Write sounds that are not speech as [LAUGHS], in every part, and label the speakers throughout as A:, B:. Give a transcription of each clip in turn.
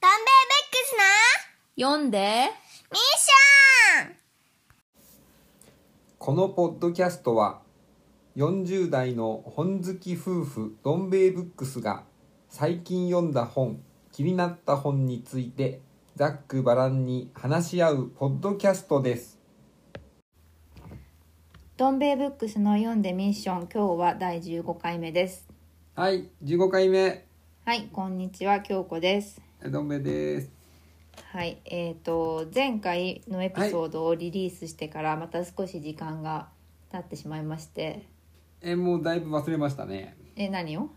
A: ダンベー
B: 読んで
A: ベックスなミッション
C: このポッドキャストは40代の本好き夫婦どん兵衛ブックスが最近読んだ本気になった本についてざっくばらんに話し合うポッドキャストです
D: ドンベイブックスの読んでミッション今日は第15回目です
C: はい15回目
D: はいこんにちは京子です
C: どん兵衛です
D: はいえー、と前回のエピソードをリリースしてからまた少し時間が経ってしまいまして
C: えもうだいぶ忘れましたね
D: え何を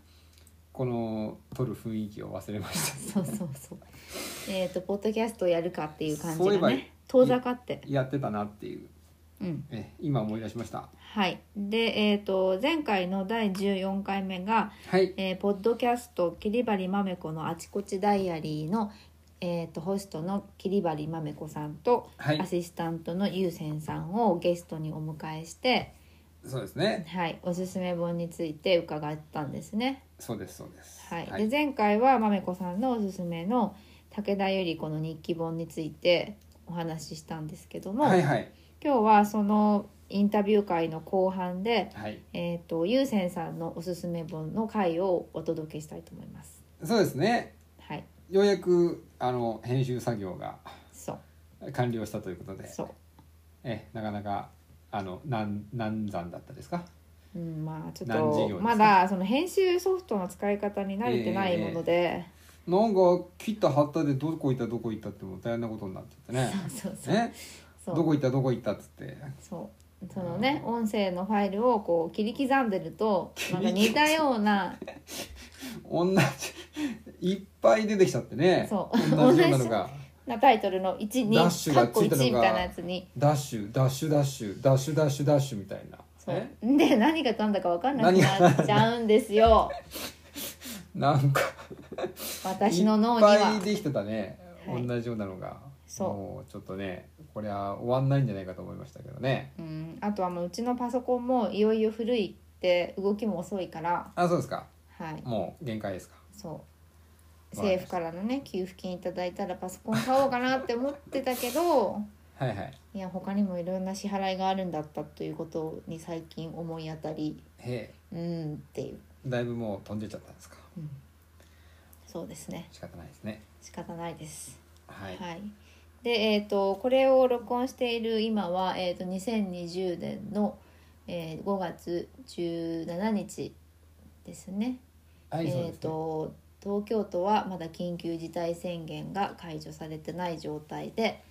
C: この撮る雰囲気を忘れまし
D: そうそうそうえっとポッドキャストをやるかっていう感じ
C: そういえ
D: が
C: ば
D: ね遠ざかって
C: た [LAUGHS] やってたなっていう
D: うん
C: え今思い出しました
D: はいでえっ、と前回の第14回目が
C: はい
D: えーポッドキャスト「キリバリマメコのあちこちダイアリーの」えーとホストのキリバリマメコさんと、
C: はい
D: アシスタントのゆうせんさんをゲストにお迎えして、
C: そうですね
D: はい、おすすめ本について伺ったんですね。
C: そうですそうです
D: はい
C: は
D: で
C: い、
D: 前回はまめこさんのおすすめの武田由里子の日記本についてお話ししたんですけども、
C: はいはい
D: 今日はそのインタビュー会の後半で、
C: はい
D: えー、とゆうせんさんのおすすめ本の回をお届けしたいと思います。
C: そうですね
D: はい
C: ようやくあの編集作業が
D: そう
C: 完了したということで
D: そ
C: えなかなかあのなん難産だったですか
D: う、うん、まあちょっ
C: 何事業です
D: と
C: か
D: まだその編集ソフトの使い方に慣れてないもので、
C: なんか切った貼ったでどこ行ったどこ行ったってもう大変なことになっちゃってね
D: そうそう
C: ね
D: そう
C: どこ行ったどこ行ったっつって
D: そうそのね音声のファイルをこう切り刻んでるとなんか似たような
C: 同じ [LAUGHS] いっぱい出てきちゃってね
D: そう
C: 同じようなのが
D: なタイトルの
C: ダッシ
D: 12
C: ュが
D: か
C: つ
D: っこ
C: いたのが
D: 1みたいなやつに
C: ダッシュダッシュダッシュダッシュダッシュダッシュみたいな
D: そう
C: え
D: で何がなんだか分かんなくなっちゃうんですよ
C: なんか
D: [LAUGHS] 私の脳に
C: いっぱい
D: は
C: できてたね、
D: はい
C: 同じようなのが
D: そう
C: もうちょっとねこれは終わんないんじゃないかと思いましたけどね
D: うんあとはもううちのパソコンもいよいよ古いって動きも遅いから
C: あそうですか
D: はい
C: もう限界ですか
D: そう
C: わかりました
D: 政府からのね給付金いただいたらパソコン買おうかなって思ってたけど [LAUGHS]
C: はいはい
D: いや他にもいろんな支払いがあるんだったということに最近思い当たり
C: へ
D: うーんっていう、
C: えだいぶもう飛んでっちゃったんですか
D: うんそうですね
C: 仕方ないですね
D: 仕方ないです
C: は、
D: はいい、でえっ、とこれを録音している今は、えー、と2020年の、えー5月17日ですね
C: はいそう
D: え
C: で
D: ー、
C: すね
D: と東京都はまだ緊急事態宣言が解除されてない状態で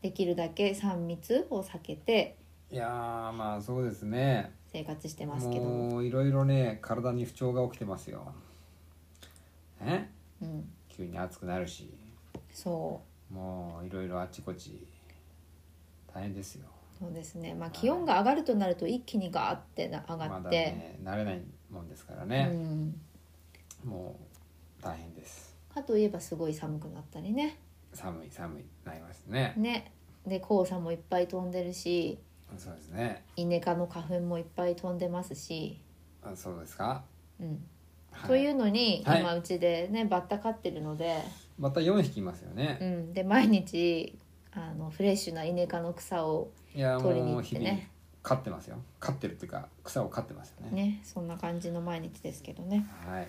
D: できるだけ3密を避けて
C: いやーまあそうですね
D: 生活してますけども、
C: もういろいろね体に不調が起きてますよえ
D: うん、
C: 急に暑くなるし
D: そ
C: もういろいろあっちこっち大変ですよ
D: うそうですね、まあ、気温が上がるとなると一気にガーってな上が
C: ま
D: っ
C: だ
D: て、
C: ね慣れないもんですから
D: う
C: ね、
D: ん、
C: もう大変です
D: かといえばすごい寒くなったりね
C: 寒い寒いなりますね、
D: ねで黄砂もいっぱい飛んでるし
C: そうですね
D: イネ科の花粉もいっぱい飛んでますし、
C: あそうですか、
D: うん
C: は
D: というのに、
C: はい
D: 今うちでねバッタ飼ってるので。
C: また4匹いますよね、
D: うん、で毎日あのフレッシュなイネ科の草を
C: いや
D: 取りに行
C: もう
D: って
C: 日々
D: ね
C: 飼ってますよ飼ってるっていうか草を飼ってますよね
D: ねそんな感じの毎日ですけどね
C: はい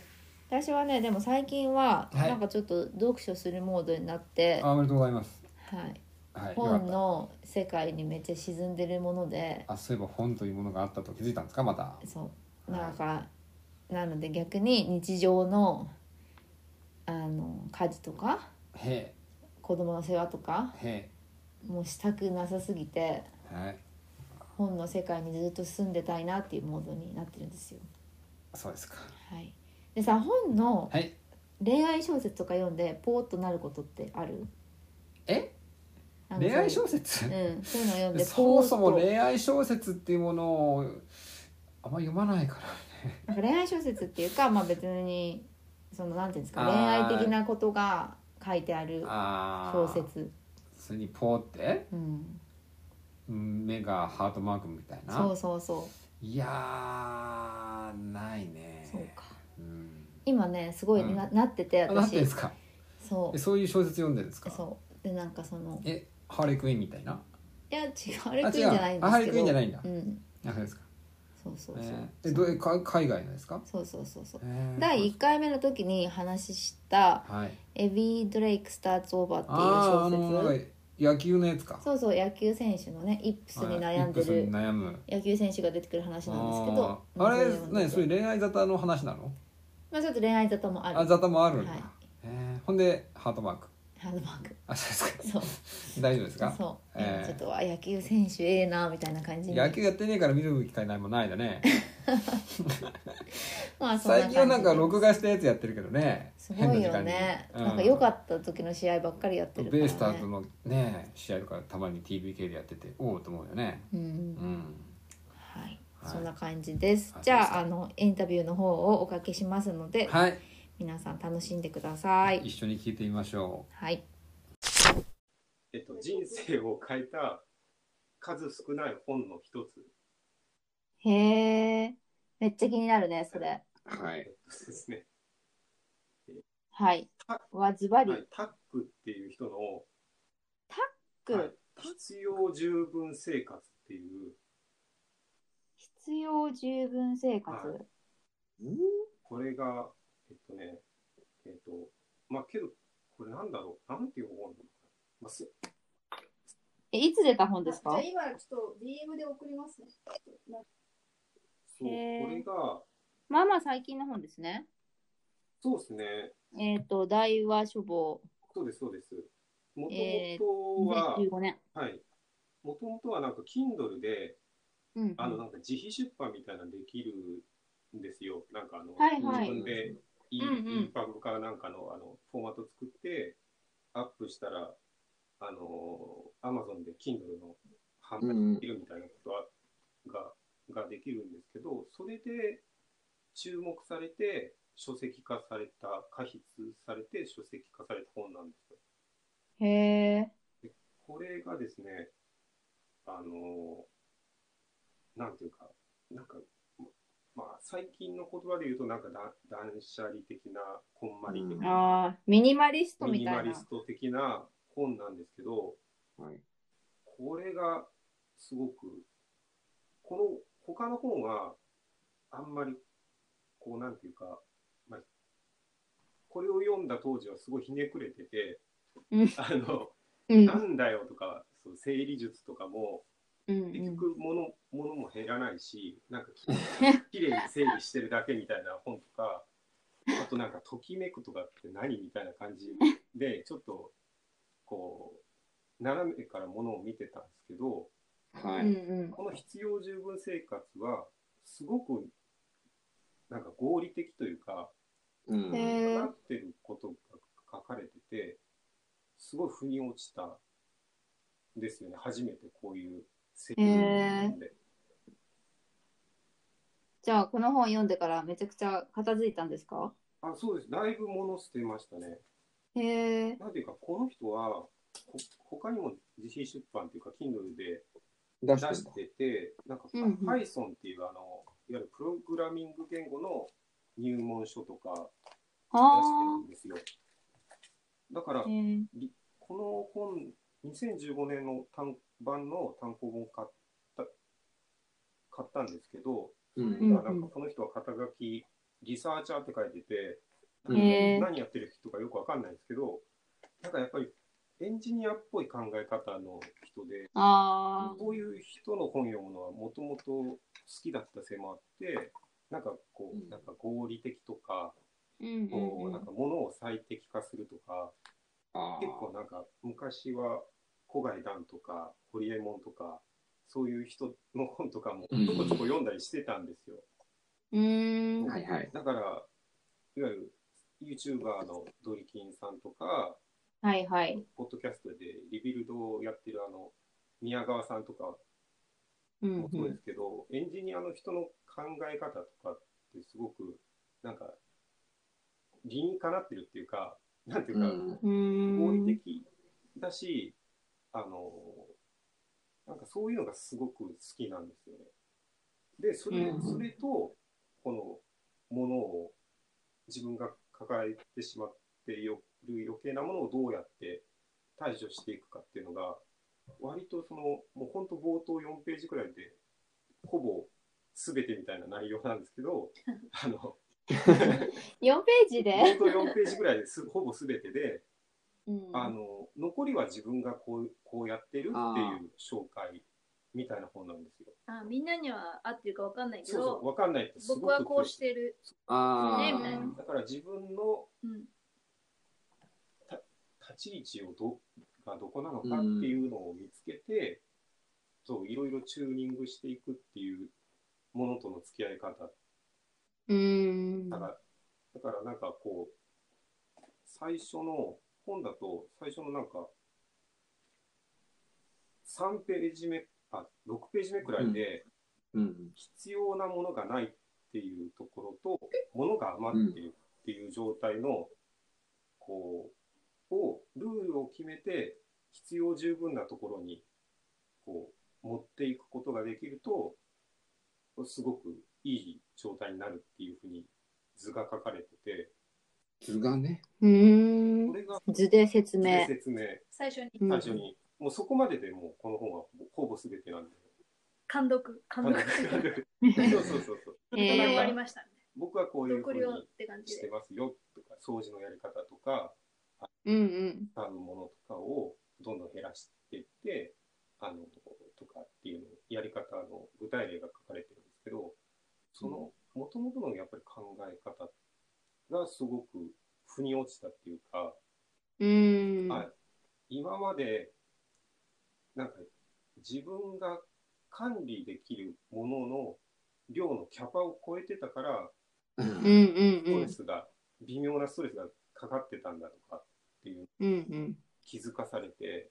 D: 私はねでも最近は
C: はい
D: なんかちょっと読書するモードになって、
C: あおめでとうございます
D: はい、
C: はいよか
D: 本
C: った
D: の世界にめっちゃ沈んでるもので
C: あそういえば本というものがあったと気づいたんですかまた
D: そうなんかなので逆に日常のあの家事とか
C: へ
D: 子供の世話とか
C: えへ
D: もうしたくなさすぎて
C: えはい
D: 本の世界にずっと住んでたいなっていうモードになってるんですよ。
C: そうですか
D: はい、でさ本の
C: はい
D: 恋愛小説とか読んでポーっとなることってある
C: え
D: なんか
C: 恋愛小説、
D: うんそういうの読んで
C: そもそも
D: ポーッと
C: 恋愛小説っていうものをあんま読まないから
D: なんか恋愛小説っていうか、まあ、別にそのなんていうんですか
C: あ
D: 恋
C: ー
D: 愛的なことが書いてある
C: あ
D: 小
C: ー
D: 説、
C: それにポーって
D: うん、
C: うん目がハートマークみたいな
D: そうそうそ
C: いやーないうね
D: そうか
C: うん
D: 今ねすごい
C: うん
D: な,、なってて
C: あなってんで
D: 私
C: すか
D: そ
C: えそういう小説読んでるんです
D: う
C: か
D: そうでなんかその
C: えハーレクインみたいない
D: や違うあれクイーンじゃないんですけど
C: あハーレクイーンじゃないんだ
D: うん、
C: あそうですか
D: そうそうそう、
C: えーえどうか海外のですか
D: そうそうそうそう
C: えー
D: 第1回目の時に話した
C: はい
D: 「エビー・ドレイク・スターツ・オーバー」っていう
C: あああの
D: 小
C: な
D: 説
C: んか野球のやつか
D: そうそう野球選手のねイップスに悩んで
C: はいイップスに
D: る
C: 悩む
D: 野球選手が出てくる話なんですけど
C: あーあれ
D: を読んで
C: ねそういう恋愛沙汰の話なの
D: まあ、ちょっと恋愛沙汰もある
C: あ沙汰もあるんだ、
D: はい
C: えーほんでハートマーク
D: ハードマーク
C: あそうですか
D: そう
C: 大丈夫ですか
D: そう、
C: えー
D: ちょっとあ野球選手ええなみたいな感じに
C: 野球やってねえから見る機会ないもんないだね
D: まあそんな
C: 最
D: 感じ
C: 近はなんか録画したやつやってるけどね
D: すごいよね、なんか良か
C: っ
D: った時の試合ばっかりやってるから、ね、
C: ベイスターズのね試合とかたまに TBK でやってておおと思うよね
D: うん、
C: うん
D: はい、
C: はい
D: そんな感じです
C: あ
D: じゃ
C: そうですか
D: ああのインタビューの方をおかけしますので、
C: はい、
D: 皆さん楽しんでください
C: 一緒に聞いてみましょ
D: はい
E: えっと、人生を変えた数少ない本の一つ
D: へえめっちゃ気になるねそれ
C: うはい
E: ですね。
D: はい
E: た
D: はズバリ
E: はい、タックっていう人の、
D: く、
E: はい必要十分生活っていう
D: 必要十分生活、
E: はいこれがえっとねえっとまあけどこれなんだろうなんていう本なのかな、まあす
D: えいつ出た本ですか
F: じゃあ今ちょっと DM で送りますね。
E: そう
D: へー
E: これが
D: まあまあ最近の本ですね
E: そうですね
D: えっ、と大和書房
E: そうですそうですもと
D: えー
E: もとは、
D: 2015年
E: はいもともとはなんか Kindle で
D: うんうん
E: あのなんか自費出版みたいなのできるんですよなんかあの、
D: はいはい
E: 自分でイン、
D: うんうん
E: インパブかなんかのあのフォーマット作ってアップしたらあのアマゾンで Kindle の販売
C: ん
E: できるみたいなことはがができるんですけどそれで注目されて書籍化された可筆されて書籍化された本なんですよ
D: へえ
E: これがですねあのなんていうかなんかまあ最近の言葉で言うとなんかだ断捨離的なこんまり的な、
D: ああミニマリスト
E: ミ
D: み
E: ニ
D: た
E: マ
D: い
E: リ
D: な
E: スト的な本なんですけど
C: はい
E: これがすごく、この他の本は、あんまり、こうなんていうか、まあ、これを読んだ当時はすごいひねくれてて
D: うん、
E: あの、
D: うん
E: なんだよとか、そう整理術とかも、
D: うんう
E: 結
D: ん
E: 局物、物も減らないし、なんかききれいに整理してるだけみたいな本とか、あとなんか、ときめくとかって何みたいな感じで、ちょっと、こう、斜めから物を見てたんですけど、
C: は
D: うんうん
E: この必要十分生活はすごくなんか合理的というか、
C: うん
D: へえ
E: なってることが書かれててすごい腑に落ちたんですよね初めてこういう制
D: へえ
E: で
D: じゃあこの本読んでからめちゃくちゃ片付いたんですか
E: あそうですだいぶ物捨てましたね
D: へえ
E: なんていうかこの人はこ他にも自費出版というか Kindle で
C: 出
E: 出
C: し
E: しててて、なんか、
D: うんうん
E: Python っていうあの、いわゆるプログラミング言語の入門書とか出してるんですよ。だから
D: へ、え
E: この本、2015年の単版の単行本買った買ったんですけど、
C: う
E: だ
C: ん
E: からなんかこの人は肩書き、リサーチャーって書いてて、
C: うん
D: へー
E: 何やってる人かよくわかんないんですけど、なんかやっぱりエンジニアっぽい考え方の人で、
D: あ
E: こういう人の本読むのはもともと好きだったせいもあって、なんかこ
C: うん
E: う、なんか合理的とか、
D: ーうん
E: こ
D: う
E: う、
D: んう
E: なん
D: ん
E: か物を最適化するとか、
C: あ
E: 結構なんか昔は古外団とか、ホリエモンとか、そういう人の本とかも
C: うん
E: ちょこちょこ読んだりしてたんですよ。
D: うーん
C: はいはい
E: だから、いわゆる YouTuber のドリキンさんとか、
D: はいはい
E: ポッドキャストでリビルドをやってるあの、宮川さんとか
D: うん
E: もそううで
D: ん
E: すけど、エンジニアの人の考え方とかってすごくなんか理にかなってるっていうかなんていうか、
C: うん
D: うー
E: 合
D: ん
E: 理的だしあのなんかそういうのがすごく好きなんですよね。でそれ,、
C: うん
E: それとこのものを自分が抱えてしまってよる余計なものをどうやって対処していくかっていうのが割とそのもう本当冒頭4ページくらいでほぼ全てみたいな内容なんですけ
C: [LAUGHS]
E: どあの
G: 4ページで、
E: 冒頭4ページくらいですほぼ全てで
G: うん、
E: あの残りは自分がこうこうやってるっていう紹介みたいな本なんですよ。
H: あみんなには合ってるかわかんないけ
E: そうそう
H: ど
E: わかんないってすごく
H: 僕はこうしててる
C: あ
H: ねみたい
C: ー
H: な
E: だから自分の
H: うん
E: 立ち位置をどがどこなのかっていうのを見つけて、そういろいろチューニングしていくっていうものとの付き合い方
D: うん
E: だから、だからなんかこう、最初の、本だと最初のなんか、3ページ目、あ、6ページ目くらいで、
C: うん
E: 必要なものがないっていうところと、ものが余っているっていう状態の、こう、を、ルールを決めて、必要十分なところに、こう、持っていくことができると、すごくいい状態になるっていうふうに図が書かれてて、
C: 図がね
D: うん
E: これが
D: 図で説
E: 図で
D: 明
E: 説明、
H: 最初に
D: うん
E: 最初に、もうそこまででもうこの本はほぼほぼ全てなんで。
H: 監督監督 [LAUGHS] こ
E: [LAUGHS] そうそうそうそう。
G: え
H: れ
G: ー
H: で終わりましたね
E: 僕はこういうふう
H: 独
E: に
H: 了って感じ
E: して
H: で
E: ますよとか、掃除のやり方とか、
D: うんうん
E: 使うものとかをどんどん減らしていって、あの、とかっていうのやり方の具体例が書かれてるんですけど、その、もともとのやっぱり考え方がすごく腑に落ちたっていうか、
D: うん
E: はい、今までなんか自分が管理できるものの量のキャパを超えてたから
C: う
D: うんう
C: ん
D: ん
E: ス
D: う
E: トレ
D: ん
E: スが、微妙なストレスがかかってたんだとか
D: うん
E: 気づかされて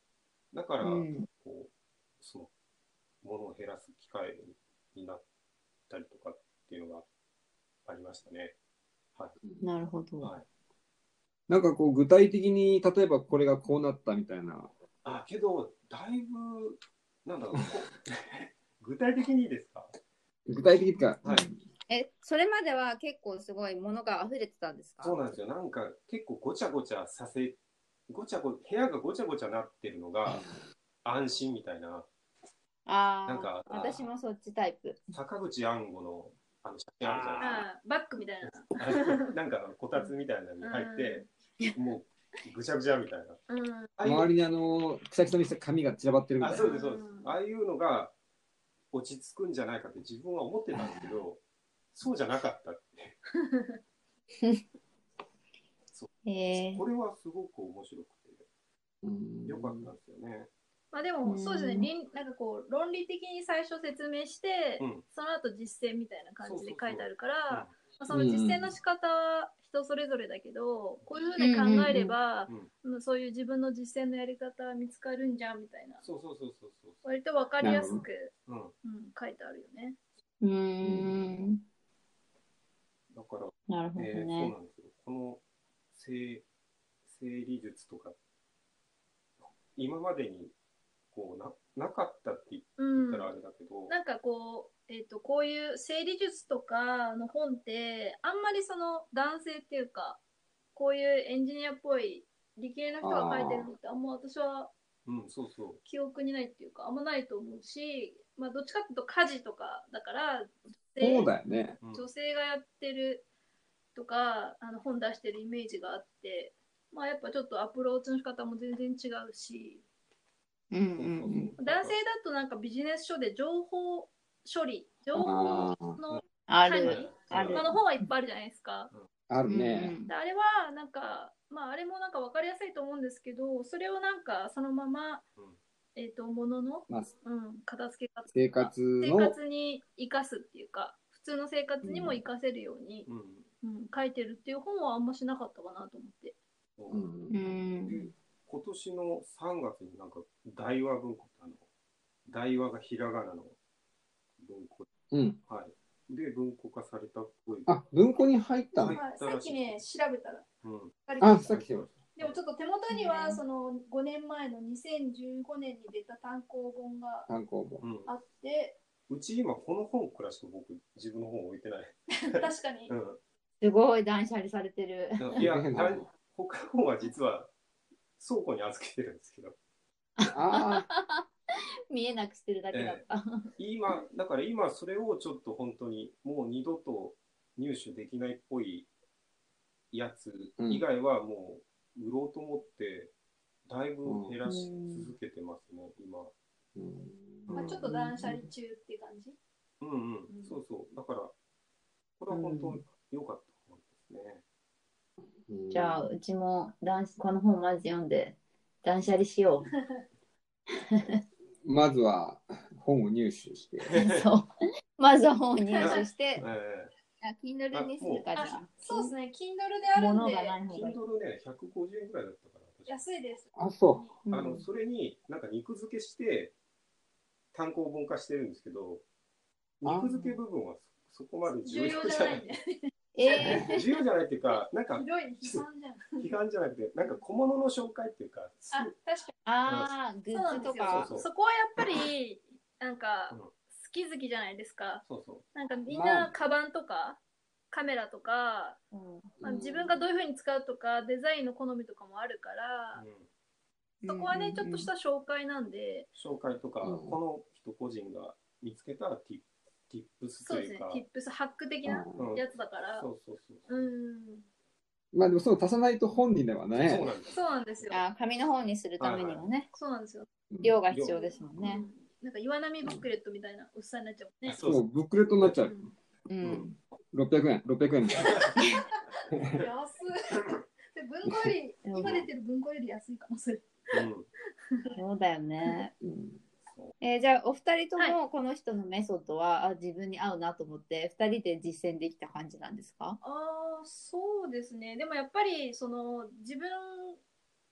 E: だから、
D: うん
E: こうそのものを減らす機会になったりとかっていうのがありましたね。はい
D: なるほど
E: はい、
C: なんかこう具体的に例えばこれがこうなったみたいな
E: あけどだいぶなんだろうこう [LAUGHS] 具体的にですか
C: 具体的っていうか、
E: はい
I: え、それまでは結構すごいものが溢れてたんですか
E: そうなんですよ。なんか結構ごちゃごちゃさせ、ごちゃご、部屋がごちゃごちゃなってるのが安心みたいな、
I: あ
E: なんか
I: あ、私もそっちタイプ。
E: 坂口安吾のあの写真あ
H: ああバックみたいな
E: るじゃないですか。あれ [LAUGHS] なんかこたつみたいなのに入って、もうぐちゃぐちゃみたいな。
H: うん
E: ああいう
C: 周りにあのくしゃくしゃにした紙が散らばってるみた
E: あ
C: い
E: そ
C: な
E: うですそうです。ああいうのが落ち着くんじゃないかって自分は思ってたんですけど、そうじゃなかったって。
G: えー
E: これはすごく面白く
C: うん
E: て、よかったんですよね。
H: まあで
G: う
H: も
G: ん
H: そうですね倫なんかこう論理的に最初説明して
E: うん
H: その後実践みたいな感じで書いてあるか
E: うん
H: らまあその実践の仕方は人それぞれだけどこういうふうに考えれば
E: うんうん
H: うんそういう自分の実践のやり方は見つかるんじゃんみたいな
E: そうそうそうそうそうそ
H: 割とわかりやすく、
E: う。うん。
H: うん、書いてあるよね。
G: うーん
E: だから
G: なるほど
E: えーそう
G: ね、
E: なんですよ。この整整理術とか、今までにこうななかったって言っ
H: うん、
E: たらあれだけど、
H: なんかこう、えっとこういう生理術とかの本ってあんまりその男性っていうかこういうエンジニアっぽい理系の人が書いてるのってあんま私は
E: うん、そうそう。
H: 記憶にないっていうかあんまないと思うし、まあ、どっちかっていうと家事とかだから女性
C: そうだよね
E: うん
H: 女性がやってるとかあの本出してるイメージがあって、まあ、やっぱちょっとアプローチの仕方も全然違うし
D: うんうん
H: 男性だとなんかビジネス書で情報処理情報
C: あー
H: の
G: あ
H: 管
G: る
H: 理
E: あ
H: 他の本はいっぱいあるじゃないですか。
C: あ
D: う
C: る
D: ん
C: ね、
H: であれはなんかまああれもなんか分かりやすいと思うんですけどそれをなんかそのまま、
E: うん
H: えっ、とものの、
C: まあ、
H: うん、片付け方
C: 生活
H: 生
C: の
H: 活に生かすっていうか普通の生活にも生かせるように、
E: うん
H: うん書いてるっていう本はあんましなかったかなと思って。
E: そううんで今年の3月になんか大和文庫あの大和がひらがなの文庫
C: うん、
E: はいで文庫化されたっぽい。
C: あ文庫に入ったの、
E: はいさっきね
H: 調べたら
E: うん、
C: あさっきの
H: でもちょっと手元に
G: ね
H: はその5年前の2015年に出た単行本が
C: 参考も
E: うん、
H: あって
E: うち今この本くらいしか僕自分の本置いてない。
H: 確かに
E: う
I: [LAUGHS]
G: すごい断捨離されてる
C: [LAUGHS]
E: ん、いや、だい他の本は実は倉庫に預けてるんですけど、
C: ああ、
D: 見えなくしてるだけだった。
E: 今、だから今それをちょっと本当にもう二度と入手できないっぽいやつ以外はもう売ろうと思って、だいぶ減らし続けてますね、今。
C: うん
H: [LAUGHS] まあ、ちょっと断捨離中っていう感じ。
E: うんうん、そうそう。だから、これは本当良かった本ですね。
D: じゃあ、うちも男子この本まず読んで断捨離しよ
C: まずは本を入手して。
D: う。そう。まずは本を入手して、
E: え
D: あ Kindle にするかじゃあ。
H: そうですね、Kindle であるん
D: 物
H: で
D: がない
E: え
D: 方がいい。
E: Kindle ね、150円ぐらいだったから、確か
H: 安いです。
C: あ、そ
E: あのそれになんか肉付けして単行本化してるんですけど
C: あ
E: 肉付け部分はそそこまで重
H: 重
E: 要
H: 要
E: じゃ
H: じゃ
E: な
H: ない
E: い
H: んで。
D: えー
E: 重要じゃないっていうかなんか
H: ひどい悲惨じゃん。
E: 批判じゃなくてなんか小物の紹介っていうかす
H: あ、確か
D: ああ、グ
H: に。
D: ッズと
E: そう
D: か
E: そ。う
H: そこはやっぱり、なんか、
E: うん
H: 好き好きじゃないですか。
E: そうそ
H: なんかみん
C: まあ
H: な、カバンとか、カメラとか、まあ、
C: うん
H: 自分がどういうふうに使うとか、デザインの好みとかもあるか
E: う、
H: ら、
E: う
H: そこはね、ちょっとした紹介なんで、
E: ん、紹介とか、
C: うん
E: この人個人が見つけたティティップス
H: そ
E: と
H: うです
E: い
H: ね
E: うか、
H: ティップス、ハック的
C: う。
H: な
E: うん
H: やつだから
E: そ、うそうそう
H: う
E: そ
H: ん、
C: まあでもその足さないと本人では
E: う
C: ね。
E: なんです
H: そうなんですよ。
D: あー紙の本にするためにはね、
H: そうなんですよ。
D: 量が必要ですもん
H: う
D: ね。
H: んなんか岩波ブックレットみたいなおっさんになっちゃうもんね。
E: そ
C: もうブックレットになっちゃう。
H: う
D: う
E: うんん。
C: 600円、600円みたいな。
H: ん安い。で文庫より今出てる文庫より安いかもそれ。
E: うん
D: そうだよね。
C: うん
D: えーじゃあお二人ともこの人のメソッドは、あ自分に合うなと思って二人で実践できた感じなんですか？
H: ああそうですね。でもやっぱりその自分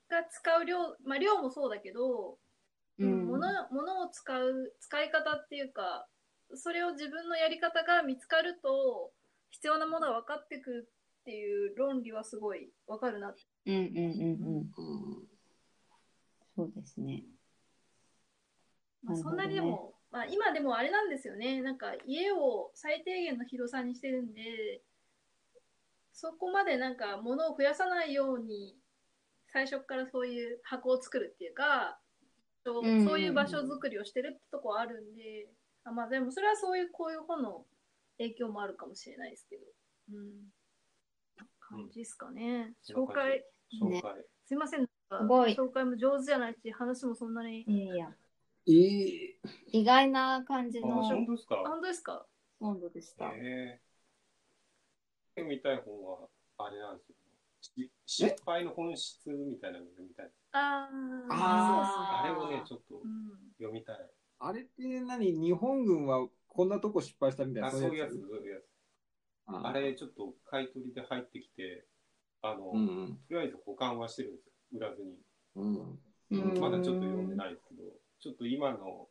H: が使う量まあ量もそうだけど、うん、物物を使う使い方っていうかそれを自分のやり方が見つかると必要なものが分かってくるっていう論理はすごい分かるなって
D: うんうんうんうん。
C: うん
D: そうですね。
H: まあ、
D: なるほ
H: そ
D: ど
H: ん
D: ね
H: なにでも、まあ、今でもあれなんですよねなんか家を最低限の広さにしてるんでそこまでなんか物を増やさないように最初からそういう箱を作るっていうかそう
D: うん
H: そういう場所作りをしてるってとこはあるんであまあでもそれはそういうこういう本の影響もあるかもしれないですけどうん感じですかね、
E: うん
H: 紹介
E: 紹介、
H: すいませんなんか
D: すごい
H: 紹介も上手じゃないし話もそんなに
D: いやいや
C: いい。
D: 意外な感じ
E: あ本
D: の
E: 当ですか
H: あ本当ですか
D: 温度でした。
E: へえ見たい本はあれなんですよね、し失敗の本質みたいなのが見たい
H: あー
E: あ
D: あー
E: れをねちょっと
H: うん
E: 読みたい
C: あれって何日本軍はこんなとこ失敗したみたい
E: あ
C: な。
E: そういうやつそう
C: う
E: いうやつ
C: あ
E: あれちょっと買い取りで入ってきてあの、
C: うん
E: とりあえず保管はしてるんですよ売らずに
C: うん。うん。
D: うん
E: まだちょっと読んでないですけどちょっと今の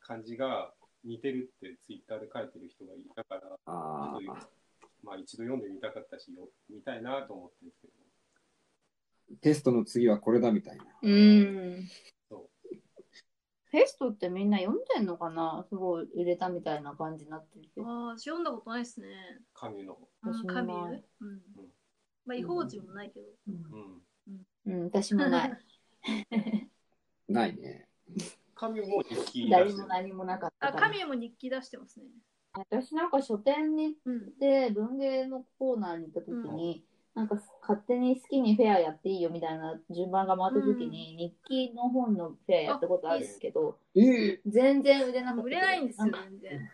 E: 感じが似てるってツイッターで書いてる人がいたからちょ
C: あ
E: っと
C: あ。
E: まあ一度読んでみたかったしよ見たいなと思ってるんですけど
C: テストの次はこれだみたいな。
D: うん
E: そ。
D: テストってみんな読んでんのかなすごい売れたみたいな感じになってるけど。
H: ああ、読んだことないですね。
E: 紙の方
H: う
D: 私
H: ん、
D: も
H: 神
D: な
H: 湯
D: い。
H: うん。まあ、違法人もないけど。
E: うん
D: うん、私も
E: [LAUGHS]
D: ない。
C: ないね。
E: 紙も日記出して
D: 誰
E: る
D: も何もなかった
H: あ、
D: から。
H: 神湯も日記出してますね。
D: 私なんか書店に行っ
H: うん。
D: て文芸のコーナーに行った時に、なんか勝手に好きにフェアやっていいよみたいな順番が回った時に、日記の本のフェアやったことあるんですけど、
C: ええ。
D: 全然売れなかったけど。
H: 売れないんですよ、
D: か
H: 全然。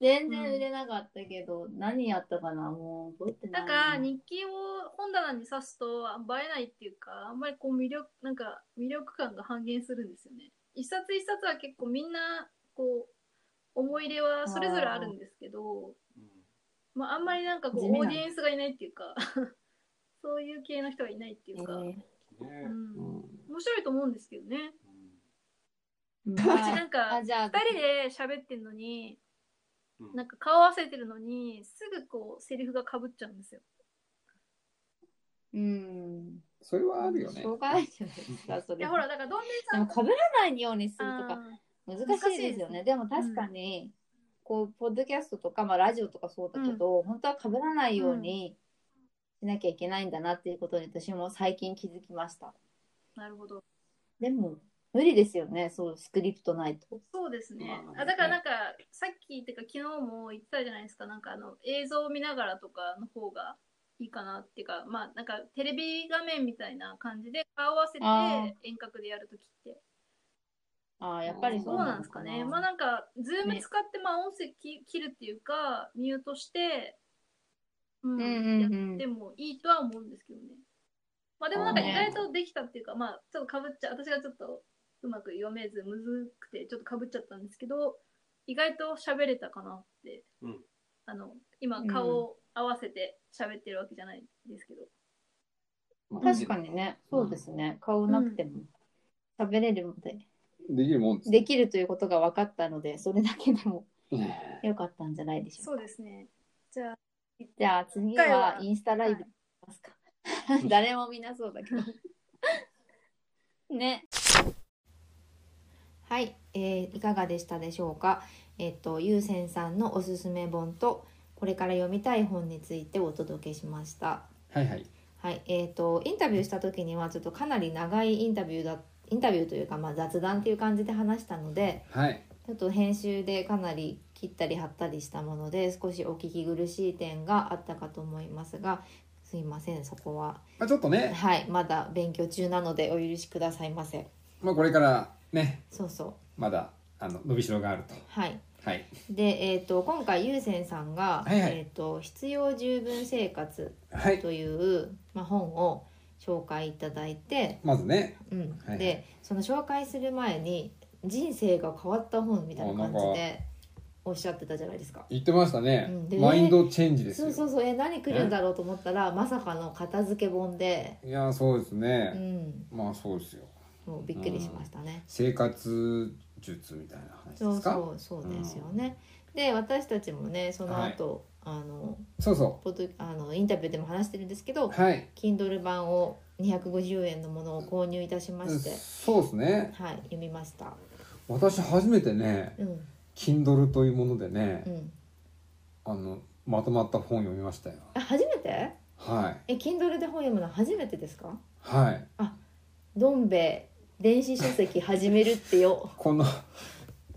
D: 全然売れなかったけど、何やったかなもう覚えてな
H: ないん
D: な。
H: か、日記を本棚に刺すとあ映えないっていうか、あんまりこう魅力、なんか魅力感が半減するんですよね。一冊一冊は結構みんな、こう、思い入れはそれぞれあるんですけど、まあ、あんまりなんかこ
D: 地
H: う、
D: 味
H: オ
D: な
H: ーディエンスがいないっていうか、 [LAUGHS] そういう系の人がいないっていうか、
D: え
E: うんね
H: うん
C: う、ん。
H: 面白いと思うんですけどね。
D: ー
H: うちなん
D: あ、
H: か、
D: じゃあ、
H: 二人で喋ってんのに、
E: うんうん
H: なんか顔合わせてるのに、すぐこう、セリフがかぶっちゃうんですよ。
D: うん。
C: それはあるよね
D: しょ。うがないじゃないですか、そ
H: い
D: れ。
H: や、ほら、だから、どん兵衛
D: で
H: さん
D: も、かぶらないようにすると
H: あ
D: か、難しいですよね。でも、確かに、こう、ポッドキャストとか、まあ、ラジオとかそうだけど、本当はかぶらないようにし
G: しなきゃいけないんだなっていうことに私も最近気づきました。
H: なるほど。
G: でも無理ですよね、そうスクリプトないと。
H: そうですね
D: ま。あ
H: あだからなんか、さっきっていうか昨日も言ってたじゃないですか、なんかあの映像を見ながらとかの方がいいかなっていうか、まあなんかテレビ画面みたいな感じで顔合わせ
G: あ
H: て遠隔でやるときって。
G: ああ、やっぱり
H: そうなんですかね。まあなんか、ズーム
G: ね
H: 使ってまあ音声き切るっていうか、ミュートして、うん
G: んうんうん
H: やってもいいとは思うんですけどね。まあでもなんか
G: そう
H: 意
G: ね
H: 外とできたっていうか、まあちょっとかぶっちゃ私がちょっとうまく読めず、むずくて、ちょっとかぶっちゃったんですけど、意外と喋れたかなって、
E: うん
H: あの、今顔を合わせて喋ってるわけじゃないですけど、
G: 確かにね、そうですね、顔なくても喋れるので、
C: できるもんです
G: できるということが分かったので、それだけでも良かったんじゃないでしょうか。
H: そうですね。じゃあ、
G: じゃあ次
H: 今回
G: は
H: は
G: インスタライブ
H: は
G: しますか。 [LAUGHS] 誰も見なそうだけど。ね。はい、えーいかがでしたでしょうか。えっ、とゆうせんさんのおすすめ本とこれから読みたい本についてお届けしました。
C: はいはい
G: はい、えっ、とインタビューした時にはちょっとかなり長いインタビューだインタビューというかまあ雑談っていう感じで話したので、
C: はい
G: ちょっと編集でかなり切ったり貼ったりしたもので少しお聞き苦しい点があったかと思いますがすいませんそこは
C: まあちょっとね、
G: はいまだ勉強中なのでお許しくださいませ
C: まあ、これからね
G: そうそ
C: まだあの伸びしろがあると
G: うはい
C: はい
G: で、えー、と今回ゆうせんさんが「
C: はいはい
G: えー、と必要十分生活
C: はい」
G: という、まあ、本を紹介いただいて、
C: まずね
G: うん
C: はいはい
G: でその紹介する前に人生が変わった本みたいな感じ
C: あなん
G: でおっしゃってたじゃないですか。
C: 言ってましたね、
G: うんで
C: マインドチェンジです
G: そ
C: よ
G: うそうそうえ何来るんだろうと思ったらまさかの片付け本で、
C: いやそうです
G: う
C: ね、
G: ん、
C: まあそうですよ
G: もうびっくりしましたね。
C: 生活術みたいな話
G: そ
C: で
G: う
C: すか
G: そうそうですよね。で私たちもねその後、あの
C: そうそ
G: ポッドあのインタビューでも話してるんですけど
C: う、はい
G: Kindle 版を250円のものを購入いたしまして、
C: そうですね
G: はい読みました。
C: 私初めてね
G: うん
C: Kindle というものでね
G: う、ん。
C: あのまとまった本読みましたよ
G: あ初めて？
C: はい
G: え Kindle で本読むの初めてですか？
C: はい
G: どんべ衛電子書籍始めるってよ。
C: この [LAUGHS]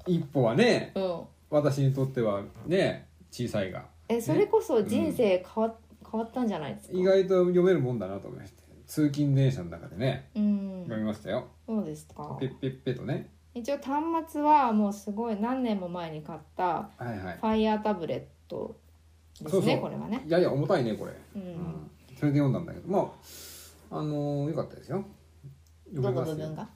C: 一歩はね
G: うん。
C: 私にとってはね小さいが
G: えそれこそ人生変わ,、変わったんじゃないですか
C: 意外と読めるもんだなと思いまして通勤電車の中でね
G: うん
C: 読みましたよ
G: そうですか
C: ペッペッペとね
G: 一応端末はもうすごい何年も前に買った
C: はいはい
G: Fire タブレットです
C: そ
G: ね
C: うそう
G: これはね
C: いやいや重たいねこれ、
G: うん、
C: うんそれで読んだんだけどまああのーよかったですよ
G: ど
C: 読めま
G: の
C: す
G: 部
C: よ
G: 分が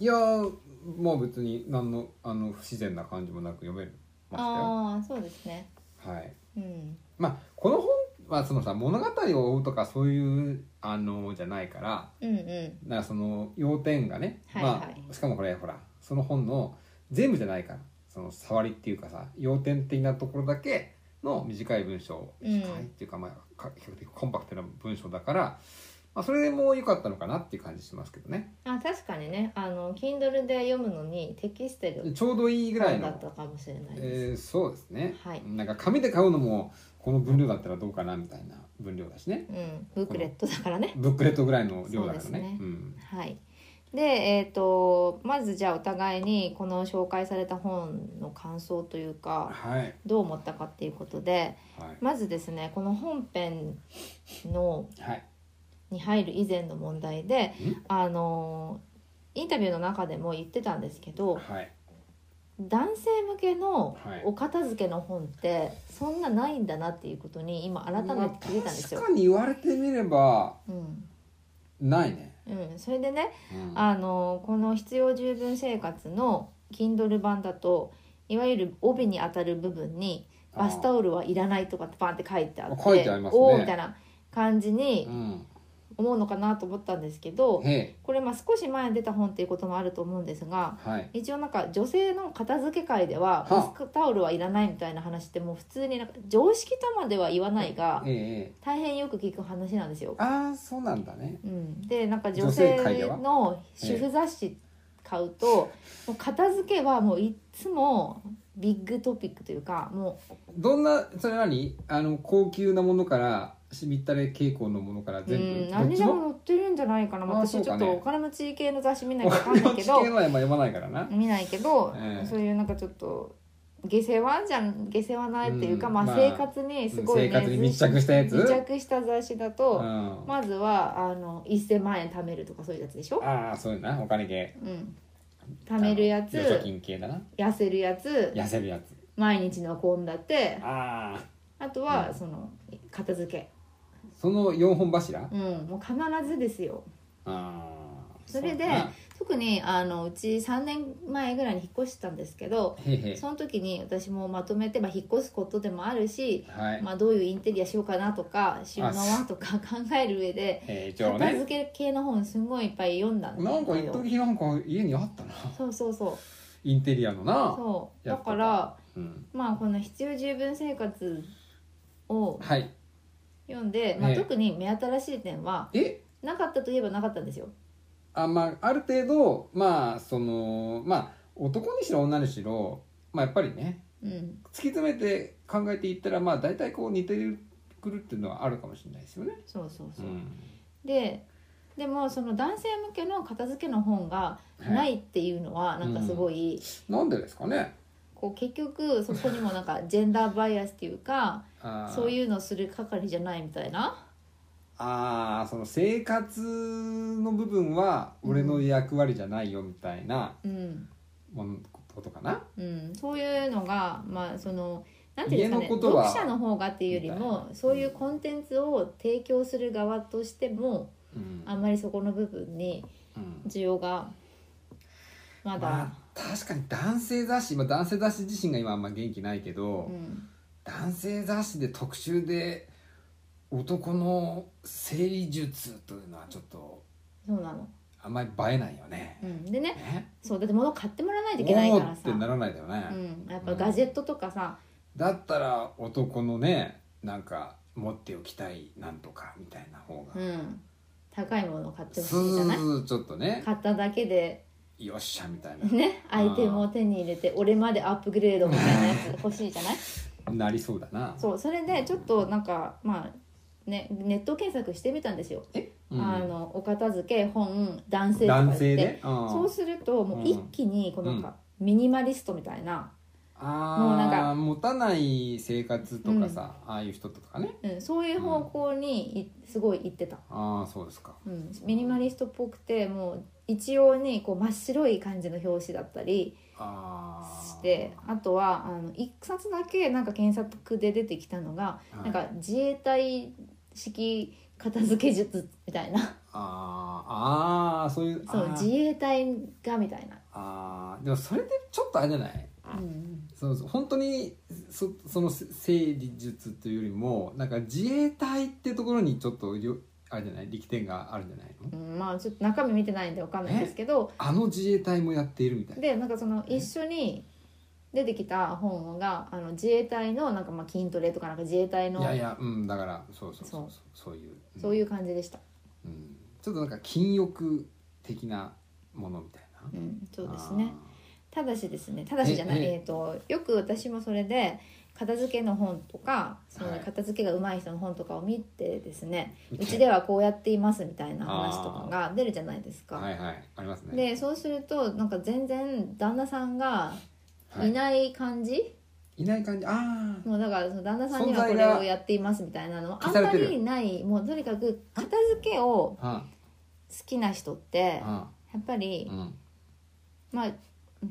C: いやーまあ別に何のあの不自然な感じもなく読めま
G: ああーそうですね
C: したよはい
G: うん
C: まあこの本はそのさ物語を追うとかそういうあのじゃないから
G: うんうん
C: なんかその要点がね、
G: はいはい
C: まあ、しかもこれほらその本の全部じゃないからその触りっていうかさ要点的なところだけの短い文章
G: うん
C: 短いっていうか、まあ、か比較的コンパクトな文章だから、まあ、それでもう良かったのかなっていう感じしますけどね
G: あ確かにねあの Kindle で読むのにテキステル
C: ちょうどいいぐらい
G: 本だ
C: の
G: ったかもしれないです、
C: えーそうですね、
G: はい
C: なんか紙で買うのもこの分量だったらどうかなみたいな分量だしね
G: うんブークレットだからね
C: ブックレットぐらいの量だからね
G: そうですね
C: うん、
G: はい。で、えっ、と、まずじゃあお互いにこの紹介された本の感想というか、
C: はいはい
G: どう思ったかっていうことで、まずですね、この本編の
C: はい
G: に入る以前の問題で、あの、インタビューの中でも言ってたんですけど、
C: はい
G: 男性向けの
C: はい
G: お片付けの本ってそんなないんだなっていうことに今改めて気づいたんですよ
C: まあ確。かに言われてみれば
G: うん。
C: ないね、
G: うん。それでね、
C: うん
G: あのこの「必要十分生活」の Kindle 版だといわゆる帯に当たる部分に「バスタオルはいらない」とかってバンって書いてあって
C: 書いてありますね
G: おーみたいな感じ
C: う
G: に
C: ん
G: 思うのかなと思ったんですけど
C: へ
G: これまあ少し前に出た本っていうこともあると思うんですが
C: えはい
G: 一応なんか女性の片付け会では
C: は
G: バスタオルはいらないみたいな話ってもう普通になんか常識とまでは言わないが
C: ええええ
G: 大変よく聞く話なんですよ。
C: ああそうなんだね
G: うん、でなんか女
C: 女性界で
G: 性
C: は
G: の主婦雑誌買うと、もう片付けはもういつもビッグトピックというかも
C: どんなそれ何あの高級なものからしみったれ傾向のものから
G: う
C: 全部、
G: ん、
C: どっ
G: 何
C: ち
G: でも
C: も
G: 載ってるんじゃないかな
C: あーそ
G: 私
C: う
G: ちょ
C: か
G: っ
C: ね
G: とお金持ち系の雑誌見ない
C: 俺
G: か分か
C: の
G: んないけ
C: 地
G: ど
C: 形のは読まないからな、
G: 見ないけど、
C: ええ
G: そういうなんかちょっと下世話じゃん下世話ないっていうか、
C: うん
G: まあ
C: まあ
G: 生活にすごい、ね
C: 生活に密着したやつ
G: 密着した雑誌だ
C: う
G: と、
C: ん
G: まずはあの1000万円貯めるとかそういうやつでしょ、
C: ああそういうなお金系
G: うん、貯めるやつ
C: あの預貯金系だな
G: 痩せるやつ
C: 痩せるやつ
G: 毎日の献立
C: ああ
G: あとは、
C: うん
G: その片付け、
C: その四本柱、あ
G: うん、もう必ずですよ
C: あー
G: それで
C: うだな
G: 特にあのうち3年前ぐらいに引っ越したんですけど
C: へいへい
G: その時に私もまとめて、まあ、引っ越すことでもあるし、
C: はい、
G: まあ、どういうインテリアしようかなとか収納はとか考える上で
C: えー、一応
G: 片
C: ね
G: 付け系の本すんごいいっぱい読んだんだ
C: なんか一時なんか家にあったな [LAUGHS]
G: そうそうそう
C: インテリアのな
G: そう
C: や
G: だ
C: っぱ
G: から
C: うん
G: まあこの「必要十分生活」を
C: はい
G: 読んで、まあ、
C: ええ
G: 特に目新しい点は
C: え
G: なかったといえばなかったんですよ。
C: あまあある程度まあそのまあ男にしろ女にしろまあやっぱりね
G: うん、
C: 突き詰めて考えていったらまあ大体こう似てくるっていうのはあるかもしれないですよね。
G: そうそう
C: う
G: そう、
C: ん
G: ででもその男性向けの片付けの本がな
C: はい、
G: いっていうのはなんかすごい、
C: なんでですかね
G: こう結局そこにもなんかジェンダーバイアスっていうか
C: あ
G: そう
C: う
G: いうのする係じゃないみたいな
C: あーその生活の部分は俺の役割じゃないよみたいな
G: うん、
C: ものことかな。
G: うん、そういうのがまあそのなんていうんですかね
C: 家のことは
G: 読者の方がっていうより
C: みたい
G: も
C: な
G: そういうコンテンツを提供する側としても
C: うん
G: あんまりそこの部分に
C: うん
G: 需要がまだ、
C: まあ、確かに男性雑誌、まあ、男性雑誌自身が今あんま元気ないけど、
G: うん、
C: 男性雑誌で特集で男の生理術というのはちょっと
G: そうなの、
C: あんまり映えないよね
G: う。ん、でね
C: ね
G: そうだって物買ってもらわない
C: お
G: といけないか
C: ー
G: ら
C: っ
G: さ
C: て、ならないだよね。
G: うん、やっぱガジェットとかさ、
C: だったら男のねなんか持っておきたいなんとかみたいな方
G: う
C: が、
G: ん、高いものを買ってほ
C: ス
G: しいじゃない
C: ーちょっとね
G: 買っただけで
C: よっしゃみたい
G: ねアイテムを手に入れて俺までアップグレードみたいなやつ欲しいじゃない
C: ななりそうだな。
G: そうそれでちょっとなんかまあねネット検索してみたんですよ、
C: うん
G: あのお片付け本男性とか言
C: 男
G: って
C: 性で、うん
G: そうするともう一気にこうなんか、ミニマリストみたいな、
C: あー
G: もうなんか
C: 持たない生活とかさ、ああいう人とかね
G: うん、そういう方向にいすごい行ってた、
C: ああそうですか
G: うん、ミニマリストっぽくてもう一様にこう真っ白い感じの表紙だったり
C: ああ
G: してあとはあの一冊だけなんか検索で出てきたのが、なんか自衛隊式片付け術みたいな
C: あーあーそういうあ
G: そう
C: ー
G: 自衛隊がみたいな、
C: あーでもそれでちょっとあれじゃない
G: うん、
C: そうそう本当にそそのせ整理術というよりもなんか自衛隊ってところにちょっとよあれじゃない力点があるんじゃないの
G: うんまあちょっと中身見てないんでわかんないですけど
C: あの自衛隊もやっているみたいな
G: でなんかその一緒に出てきた本があの自衛隊のなんかまあ筋トレとかなんか自衛隊の
C: いやいやうんだからそうそうそうそうそういう、ん
G: そういう感じでした、
C: うん、ちょっとなんか禁欲的なものみたいな
G: うん、そうですね。ただしですねただしじゃな
C: え
G: いえ
C: え
G: ー、とよく私もそれで片付けの本とかその
C: はい
G: 片付けが上手い人の本とかを見てですね、
C: あー
G: うちではこうやっていますみたいな話とかが出るじゃないですか。
C: はいはいありますね
G: でそうするとなんか全然旦那さんが
C: はい
G: いない感じ、
C: いない感じああ
G: もうだからその旦那さんには
C: 存在
G: これ
C: が
G: をやっていますみたいなのはあ
C: 消
G: ん
C: され
G: ま
C: てる
G: りないもうとにかく片付けを
C: あ
G: 好きな人ってや
C: あ
G: っぱり
C: うん
G: まあ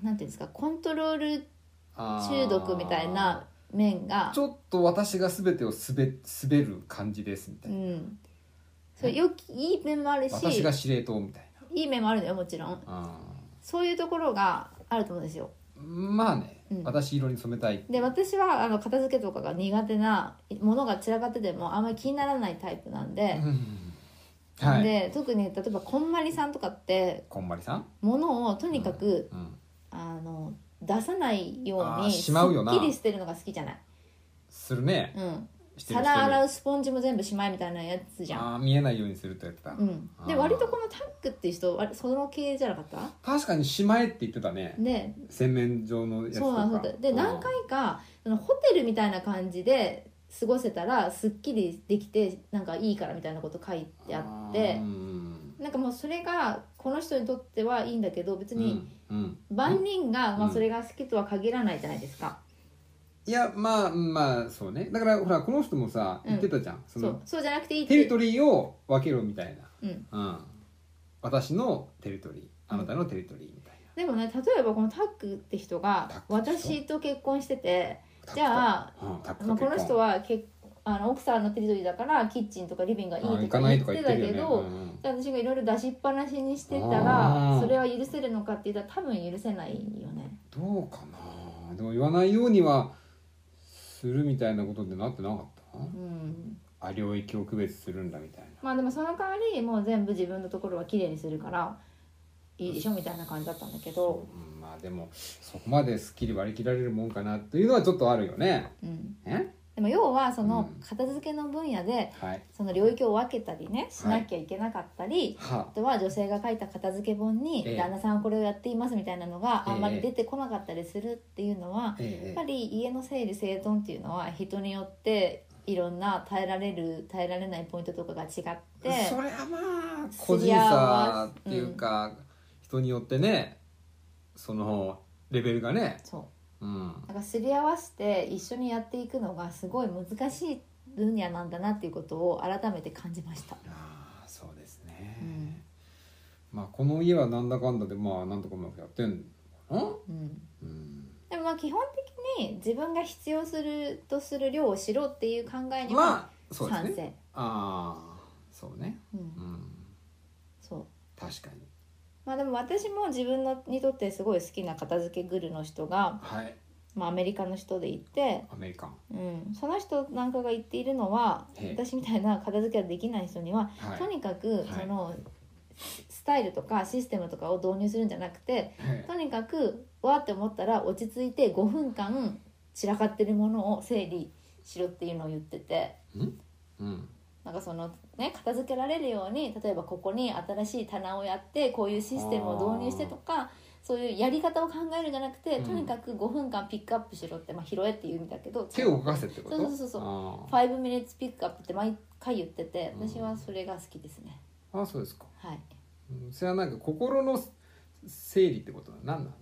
G: なんていうんですかコントロール
C: あー
G: 中毒みたいな面が
C: ち、ょっと私が全てをすべ滑る感じですみた
G: う
C: いな、
G: ん、そう良きいい面もあるし
C: 私が司令塔みたい
G: いい面もあるのよもちろん
C: なあ
G: そういうところがあると思うんですよ
C: ーまあね、
G: うん
C: 私色に染めたい
G: で私はあの片付けとかが苦手なものが散らかっててもあんまり気にならないタイプなんで、
C: うんはい
G: で特に例えばこんまりさんとかって
C: こんまりさん、
G: 物をとにかく、
C: うん、
G: あの出さないよ
C: あ
G: う
C: ー
G: に
C: しまうよな
G: すっきり捨てるのが好きじゃない、
C: するね
G: うん、
C: してる
G: 皿洗
C: う
G: うスポンジも全部しまいみたいなやつじゃん
C: あー見えないようにするとやってた、
G: うん、で
C: あー
G: 割とこのタックっていう人割その系じゃなかった
C: 確かにしまえって言ってたね
G: で
C: 洗面所のやつと
G: そう
C: か
G: なんそうなんで
C: うん
G: 何回かそのホテルみたいな感じで過ごせたらすっきりできてなんかいいからみたいなこと書いてあって
C: うん
G: なんかもうそれがこの人にとってはいいんだけど別に
C: うんうん
G: 万人が、
C: うん
G: まあ、それが好きとは限らないじゃないですか、
C: いやまあまあそうねだからほらこの人もさ
G: うん
C: 言ってたじゃん、そ
G: そう
C: の
G: そうじゃなくていいって
C: テリトリーを分けろみたい
G: うん、
C: な、うん、私のテリトリーあなたのテリトリーみたい
G: でもね例えばこのタックって人が
C: タックって人
G: 私と結婚してて
C: な
G: じゃあ、
C: うん、タック
G: まあ、この人
C: は
G: は結あの奥さんのテリトリーだからキッチンとかリビングがいい
C: 行
G: と
C: か
G: か
C: ない
G: 言
C: と
G: っ
C: か言
G: て
C: って
G: た
C: るよね、う
G: けど、
C: ん
G: で私がいろいろ出しっぱなしにしてた
C: あ
G: ら
C: ー
G: それは許せるのかって言ったら多分許せないよね。
C: どうかなでも言わないようにはするみたいなことってなってなかった
G: うん、
C: あ領域を区別するんだみたいな
G: まあでもその代わりもう全部自分のところは綺麗にするからいいでしょみたいな感じだったんだけど、
C: うんまあでもそこまですっきり割り切られるもんかなというのはちょっとあるよね
G: うん、
C: え
G: でも要はその
C: うん
G: 片付けの分野で
C: はい
G: その領域を分けたりねしなきゃいけなかったり、
C: は
G: あとは女性が書いた片付け本に
C: ええ
G: 旦那さんはこれをやっていますみたいなのが
C: ええ
G: あんまり出てこなかったりするっていうのはや
C: え
G: っぱ
C: え
G: り家の整理整頓っていうのは人によっていろんな耐えられる耐えられないポイントとかが違って
C: それはまあ個人差っていうか、人によってねそのレベルがね
G: そう
C: うん
G: なんかすり合わせて一緒にやっていくのがすごい難しい分野なんだなっていうことを改めて感じました。
C: ああそうですね、
G: うん
C: まあこの家はなんだかんだでまあなんとかうまくやってんのか
G: うん
C: なうん
G: でもまあ基本的に自分が必要するとする量をしろっていう考えには
C: まあそうです
G: 賛
C: ね
G: 成、
C: ああそうね
G: う、
C: うんん
G: そう
C: 確かに
G: まあでも私も自分のにとってすごい好きな片付けグルの人が、
C: はい
G: まあ、アメリカの人でいて、
C: アメリカン
G: うん、その人なんかが言っているのは
C: ええ
G: 私みたいな片付けができない人には
C: はい
G: とにかく
C: い
G: そのスタイルとかシステムとかを導入するんじゃなくて
C: え
G: とにかくわーって思ったら落ち着いて5分間散らかってるものを整理しろっていうのを言ってて
C: えうん
G: なんかそのね片付けられるように例えばここに新しい棚をやってこういうシステムを導入してとかそういうやり方を考えるんじゃなくて
C: うん
G: とにかく5分間ピックアップしろってまあ拾えっていう意味だけど
C: 手を動かせってこと
G: そうそうそうそう
C: あ
G: 5 minutes ピックアップって毎回言ってて
C: うん
G: 私はそれが好きですね
C: ああそうですか
G: はい。
C: うんそれはなんか心の整理ってことは何なの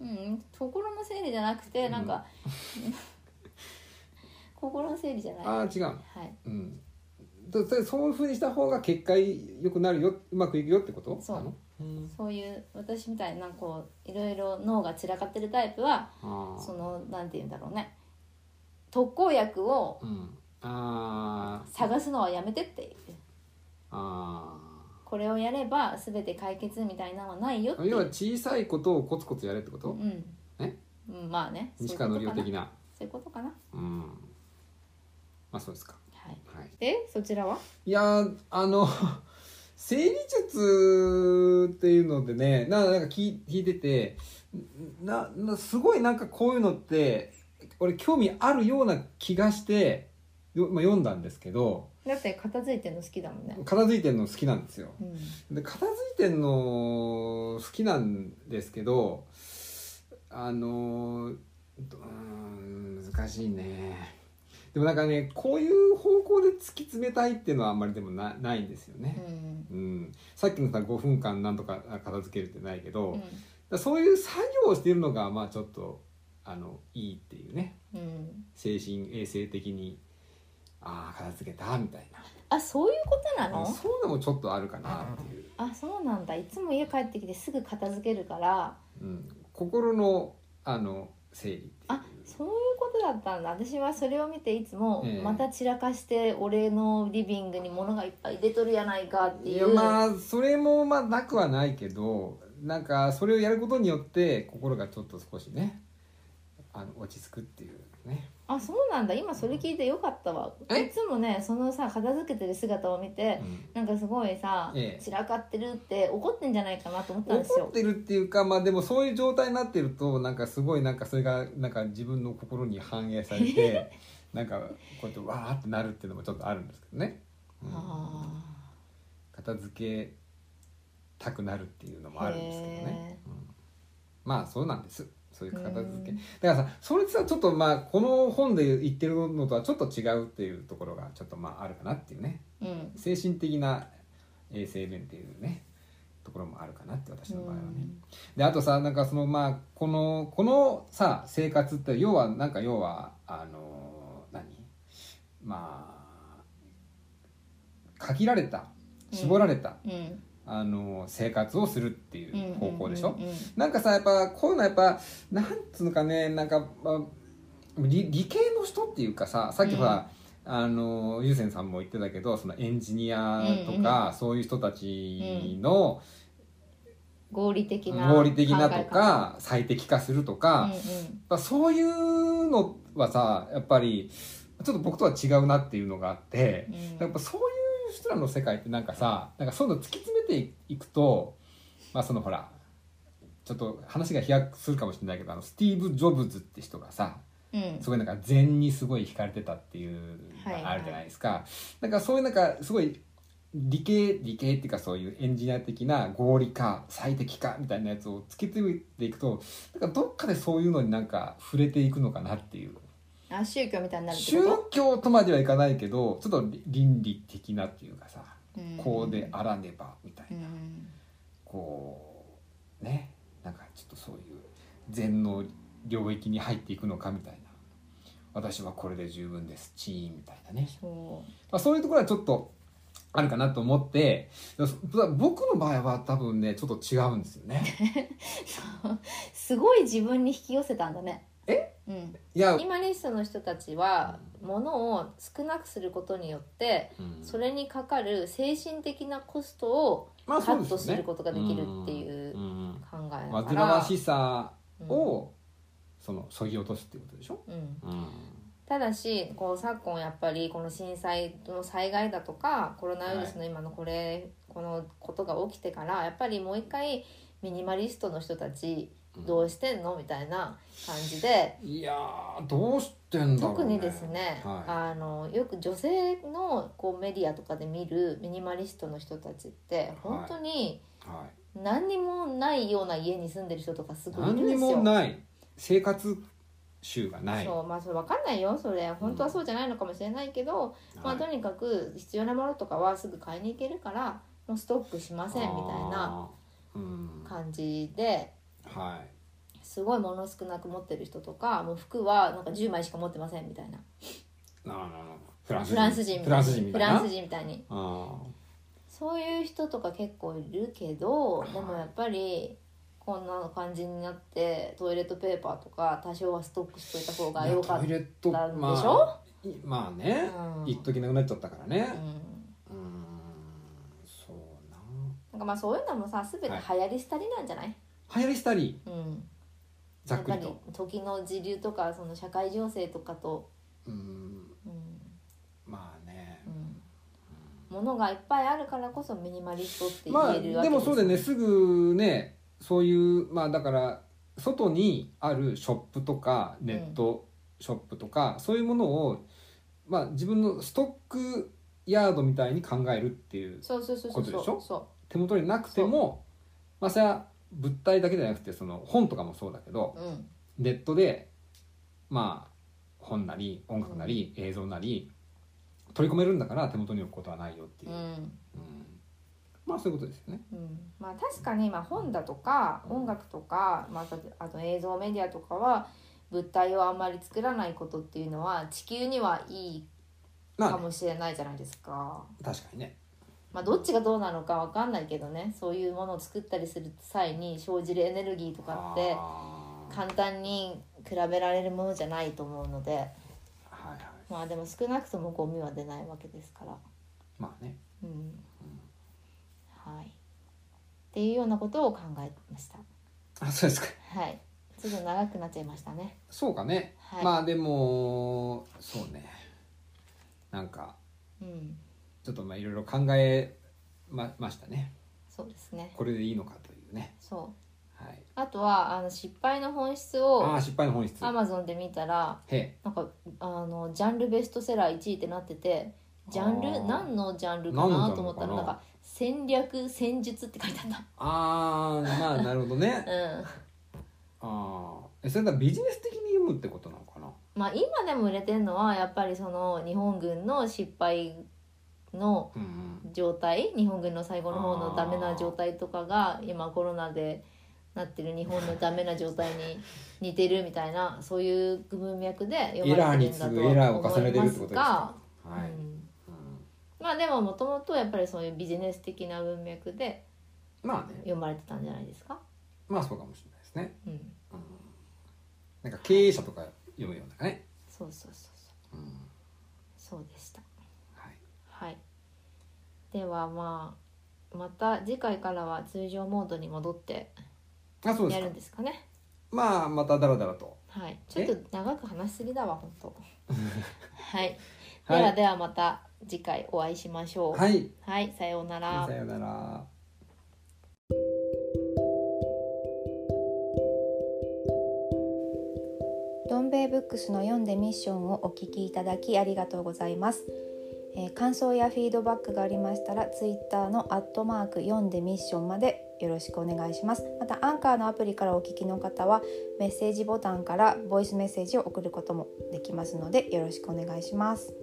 G: うん、心の整理じゃなくて、
C: うん
G: なん [LAUGHS] か心の整理じゃない、
C: ああ違うの
G: はい、
C: うんとそれそういうふうにした方が結果良くなるようまくいくよってこと
G: そう
C: なのうん
G: そういう私みたいなこういろいろ脳が散らかってるタイプは
C: ああ
G: そのなんて言うんだろうね特効薬を
C: うんああ
G: 探すのはやめてっていう
C: あ
G: これをやれば全て解決みたいなのはないよって
C: あ
G: い
C: 要は
G: う、
C: 小さいことをコツコツやれってこ
G: う
C: と
G: ん
C: え
G: うん、まあねそうい
C: 西
G: うこ
C: 川の
G: と
C: りお
G: かな
C: 的な
G: そういうことかな
C: うんまあそうですか
G: はい
C: はい
G: えそちらはい
C: やーあの [LAUGHS] 整理術っていうのでねななんか聞い聞いててななすごいなんかこういうのって俺興味あるような気がしてよ、まあ、読んだんですけど
G: だって片付いてるの好きだもんね、
C: 片付いてるの好きなんですよ
G: うん、
C: で片付いてんの好きなんですけどあのどうーん難しいねでもなんかねこういう方向で突き詰めたいっていうのはあんまりでもなないんですよ
G: う
C: ね、
G: ん
C: うん、さっきのさ5分間なんとかあ片付けるってないけど、
G: う
C: だか
G: ん
C: らそういう作業をしているのがまあちょっとあのいいっていうね
G: うん
C: 精神衛生的にああ片付けたみたいな
G: あそういうことなの
C: そういうのもちょっとあるかなっていう。
G: あそうなんだいつも家帰ってきてすぐ片付けるから
C: うん、心のあの整理っていう
G: あそういうことだったんだ私はそれを見ていつも
C: ええ
G: また散らかして俺のリビングに物がいっぱい出とるやないかって
C: い
G: い
C: や
G: う
C: まあそれもまあなくはないけどなんかそれをやることによって心がちょっと少しねあの落ち着くっていうね
G: あそうなんだ今それ聞いてよかったわ
C: え
G: いつもねそのさ片付けてる姿を見て
C: うん
G: なんかすごいさ、
C: ええ
G: 散らかってるって怒ってんじゃないかなと思ったんです
C: 怒っ
G: よ
C: てるっていうかまあでもそういう状態になってるとなんかすごいなんかそれがなんか自分の心に反映され
G: [LAUGHS]
C: てなんかこうやってわーってなるっていうのもちょっとあるんですけどね、うん
G: あ
C: 片付けたくなるっていうのもあるんですけどね、うんまあそうなんです
G: ー
C: そういう片付け、だからさそれってさちょっとまあこの本で言ってるのとはちょっと違うっていうところがちょっとまああるかなっていうね
G: うん
C: 精神的な衛生面っていうねところもあるかなって私の場合はね、であとさなんかそのまあこのこのさ生活って要はなんか要はあの何まあ限られた絞られた、
G: うん
C: あの生活をするってい
G: うん
C: う方向でしょ、
G: うんうん
C: なんかさやっぱこういうのはやっぱなんつうのかねなんか、まあ、理理系の人っていうかささっきほら、あのゆうせんさんも言ってたけどそのエンジニアとか、そういう人たちの
G: 合理的な
C: 合理的なと
G: 考え方
C: か最適化するとか、
G: うん
C: やっぱそういうのはさやっぱりちょっと僕とは違うなっていうのがあって。
G: うんうん
C: やっぱそういう人らの世界ってなんかさなんかそういうの突き詰めていくとまあそのほらちょっと話が飛躍するかもしれないけどあのスティーブ・ジョブズって人がさ
G: うん
C: すごいなんか禅にすごい惹かれてたっていうのがあるじゃないですか、なんかそういうなんかすごい理系理系っていうかそういうエンジニア的な合理化最適化みたいなやつを突き詰めていくとなんかどっかでそういうのになんか触れていくのかなっていう
G: あ宗教みたいになるって
C: 宗
G: こ
C: 教とまではいかないけどちょっと倫理的なっていうかさ
G: とん
C: こうであらねばみたいうな、
G: ん
C: こうねなんかちょっとそういう禅の領域に入っていくのかみたいな私はこれで十分ですチーンみたいなね、
G: そ
C: まあ、そういうところはちょっとあるかなと思ってでもそ僕の場合は多分ねちょっと違うんですよ
G: [LAUGHS]
C: ね
G: うすごい自分に引き寄せたんだね
C: え
G: うん
C: いや、
G: 今リストの人たちは物を少なくすることによって
C: うん
G: それにかかる精神的なコストを
C: まあ
G: カ
C: そうで
G: ッ
C: すよ
G: ト
C: ね
G: することができるっていう
C: うんうん
G: 考えだか
C: 煩
G: ら
C: わしさ
G: うん
C: を、そのそぎ落とすっていうことでしょ、
G: うんただしこう昨今やっぱりこの震災の災害だとかコロナウイルスの今のこれ、このことが起きてからやっぱりもう一回ミニマリストの人たちどうしてんのみたいな感じで
C: いやーどうしてんだろう、ね、
G: 特にですね、
C: は
G: あのよく女性のこうメディアとかで見るミニマリストの人たちって本当に
C: い、はい
G: 何にもないような家に住んでる人とかすごいいるん
C: 何
G: で
C: に
G: すよ。
C: もない生活習がない
G: そうまあそれ分かんないよそれ本当はそうじゃないのかもしれないけど、まあ、と
C: はい
G: にかく必要なものとかはすぐ買いに行けるからもうストックしませんみたいな
C: あーうん
G: 感じで
C: は
G: すごいもの少なく持ってる人とかもう服はなんか10枚しか持ってませんみたいない
C: なあなあなあフランス
G: フランス人み
C: フ
G: たい
C: ラ
G: に
C: ンス人みたい
G: フラ
C: な
G: ンス人みたいに
C: あ
G: そういう人とか結構いるけど
C: い
G: でもやっぱりこんな感じになってトイレットペーパーとか多少はストックしといた方
C: ー
G: が良か
C: いやトイ
G: っ
C: レット
G: たんでしょ
C: まあいまあね
G: た。うん
C: 一時なくなっちゃったからね
G: うん
C: うんそうな
G: なんかまあそういうのもさ全て流行り廃りなんじゃない、
C: 流行りしたり
G: うん、
C: ざ
G: や
C: っ
G: っ
C: く
G: ぱ
C: り
G: り
C: と
G: 時の時流とかその社会情勢とかと、
C: うん
G: うん
C: まあね
G: うん、ものがいっぱいあるからこそミニマリストって言
C: まあ
G: えるわけ
C: でもそうだよねすぐねそういうまあだから外にあるショップとかネットショップとか、そういうものを、まあ、自分のストックヤードみたいに考えるっていう
G: そうそうそうそう
C: ことでしょ
G: そ
C: 手元になくてもまあそれは物体だけじゃなくてその本とかもそうだけど
G: う、うん、
C: ネットでまあ本なり音楽なり映像なり取り込めるんだから手元に置くことはないよっていうう、
G: ん
C: うんまあそういうことですよね。
G: うん、まあ確かに今本だとか音楽とか、まあ、あと映像メディアとかは物体をあんまり作らないことっていうのは地球にはいい
C: まあ
G: か
C: ね
G: もしれないじゃないですか。
C: 確かにね
G: まあ、どっちがどうなのかわかんないけどねそういうものを作ったりする際に生じるエネルギーとかって
C: あー
G: 簡単に比べられるものじゃないと思うので
C: はいはい
G: まあでも少なくともゴミは出ないわけですから。
C: まあね
G: うんはい、っていうようなことを考えました。
C: あそうですか
G: はいちょっと長くなっちゃいましたね。
C: そうかね、
G: はい。
C: まあでもそうねなんか
G: うん、
C: ちょっとまあいろいろ考えまましたね
G: そうですね。
C: これでいいのかというね
G: そう。
C: はい
G: あとはあの失敗の本質
C: ああ
G: を
C: 失敗の本質
G: アマゾンで見たら、
C: へえ
G: なんかあのジャンルベストセラー1位ってなっててジャン
C: あ
G: ル
C: ー
G: 何のジャンルか
C: 何
G: な
C: のジ
G: と
C: ャン
G: 思
C: ル
G: っ
C: かな
G: たらなんか戦
C: [LAUGHS]
G: 略戦術って書いてあっ [LAUGHS]
C: ああまあなるほどね
G: たうん
C: ああえそれだビジネス的に読むってことなのかな
G: まあ、今でも売れてるのはやっぱりその日本軍の失敗の
C: うんうん
G: 状態日本軍の最後の方のダメな状態とかが今コロナでなってる日本のダメな状態に似てるみたいなそういう文脈で
C: エ
G: 読
C: ラ
G: ま
C: ー
G: れて
C: に
G: るんだ
C: 次
G: と
C: ぐ
G: は
C: エラーを重
G: 思
C: ね
G: い
C: てる
G: ま
C: ってこと
G: す
C: です
G: が
C: か。はい、
G: うん
C: うん
G: まあでももともとやっぱりそういうビジネス的な文脈で
C: まあね
G: 読まれてたんじゃないですか。
C: まあそうかもしれないですね、
G: うん、
C: うんなんか経営者とか読むようなね、
G: そうそうそうそう
C: うん
G: そうでした。
C: はい、
G: はい。ではまあまた次回からは通常モードに戻って
C: あそうで
G: や
C: す
G: る
C: か
G: んですかね。
C: まあまたダラダラと
G: はい。ちょっと長く話しすぎだわ本当。はい。で
C: [LAUGHS] はい
G: はではまた次回お会いしましょう。
C: はい
G: はい、さようなら
C: さ。よなら
J: どん兵衛ブックスの読んでミッションをお聞きいただきありがとうございます、えー感想やフィードバックがありましたらツイッターのアットマーク読んでミッションまでよろしくお願いしますまたアンカーのアプリからお聞きの方はメッセージボタンからボイスメッセージを送ることもできますのでよろしくお願いします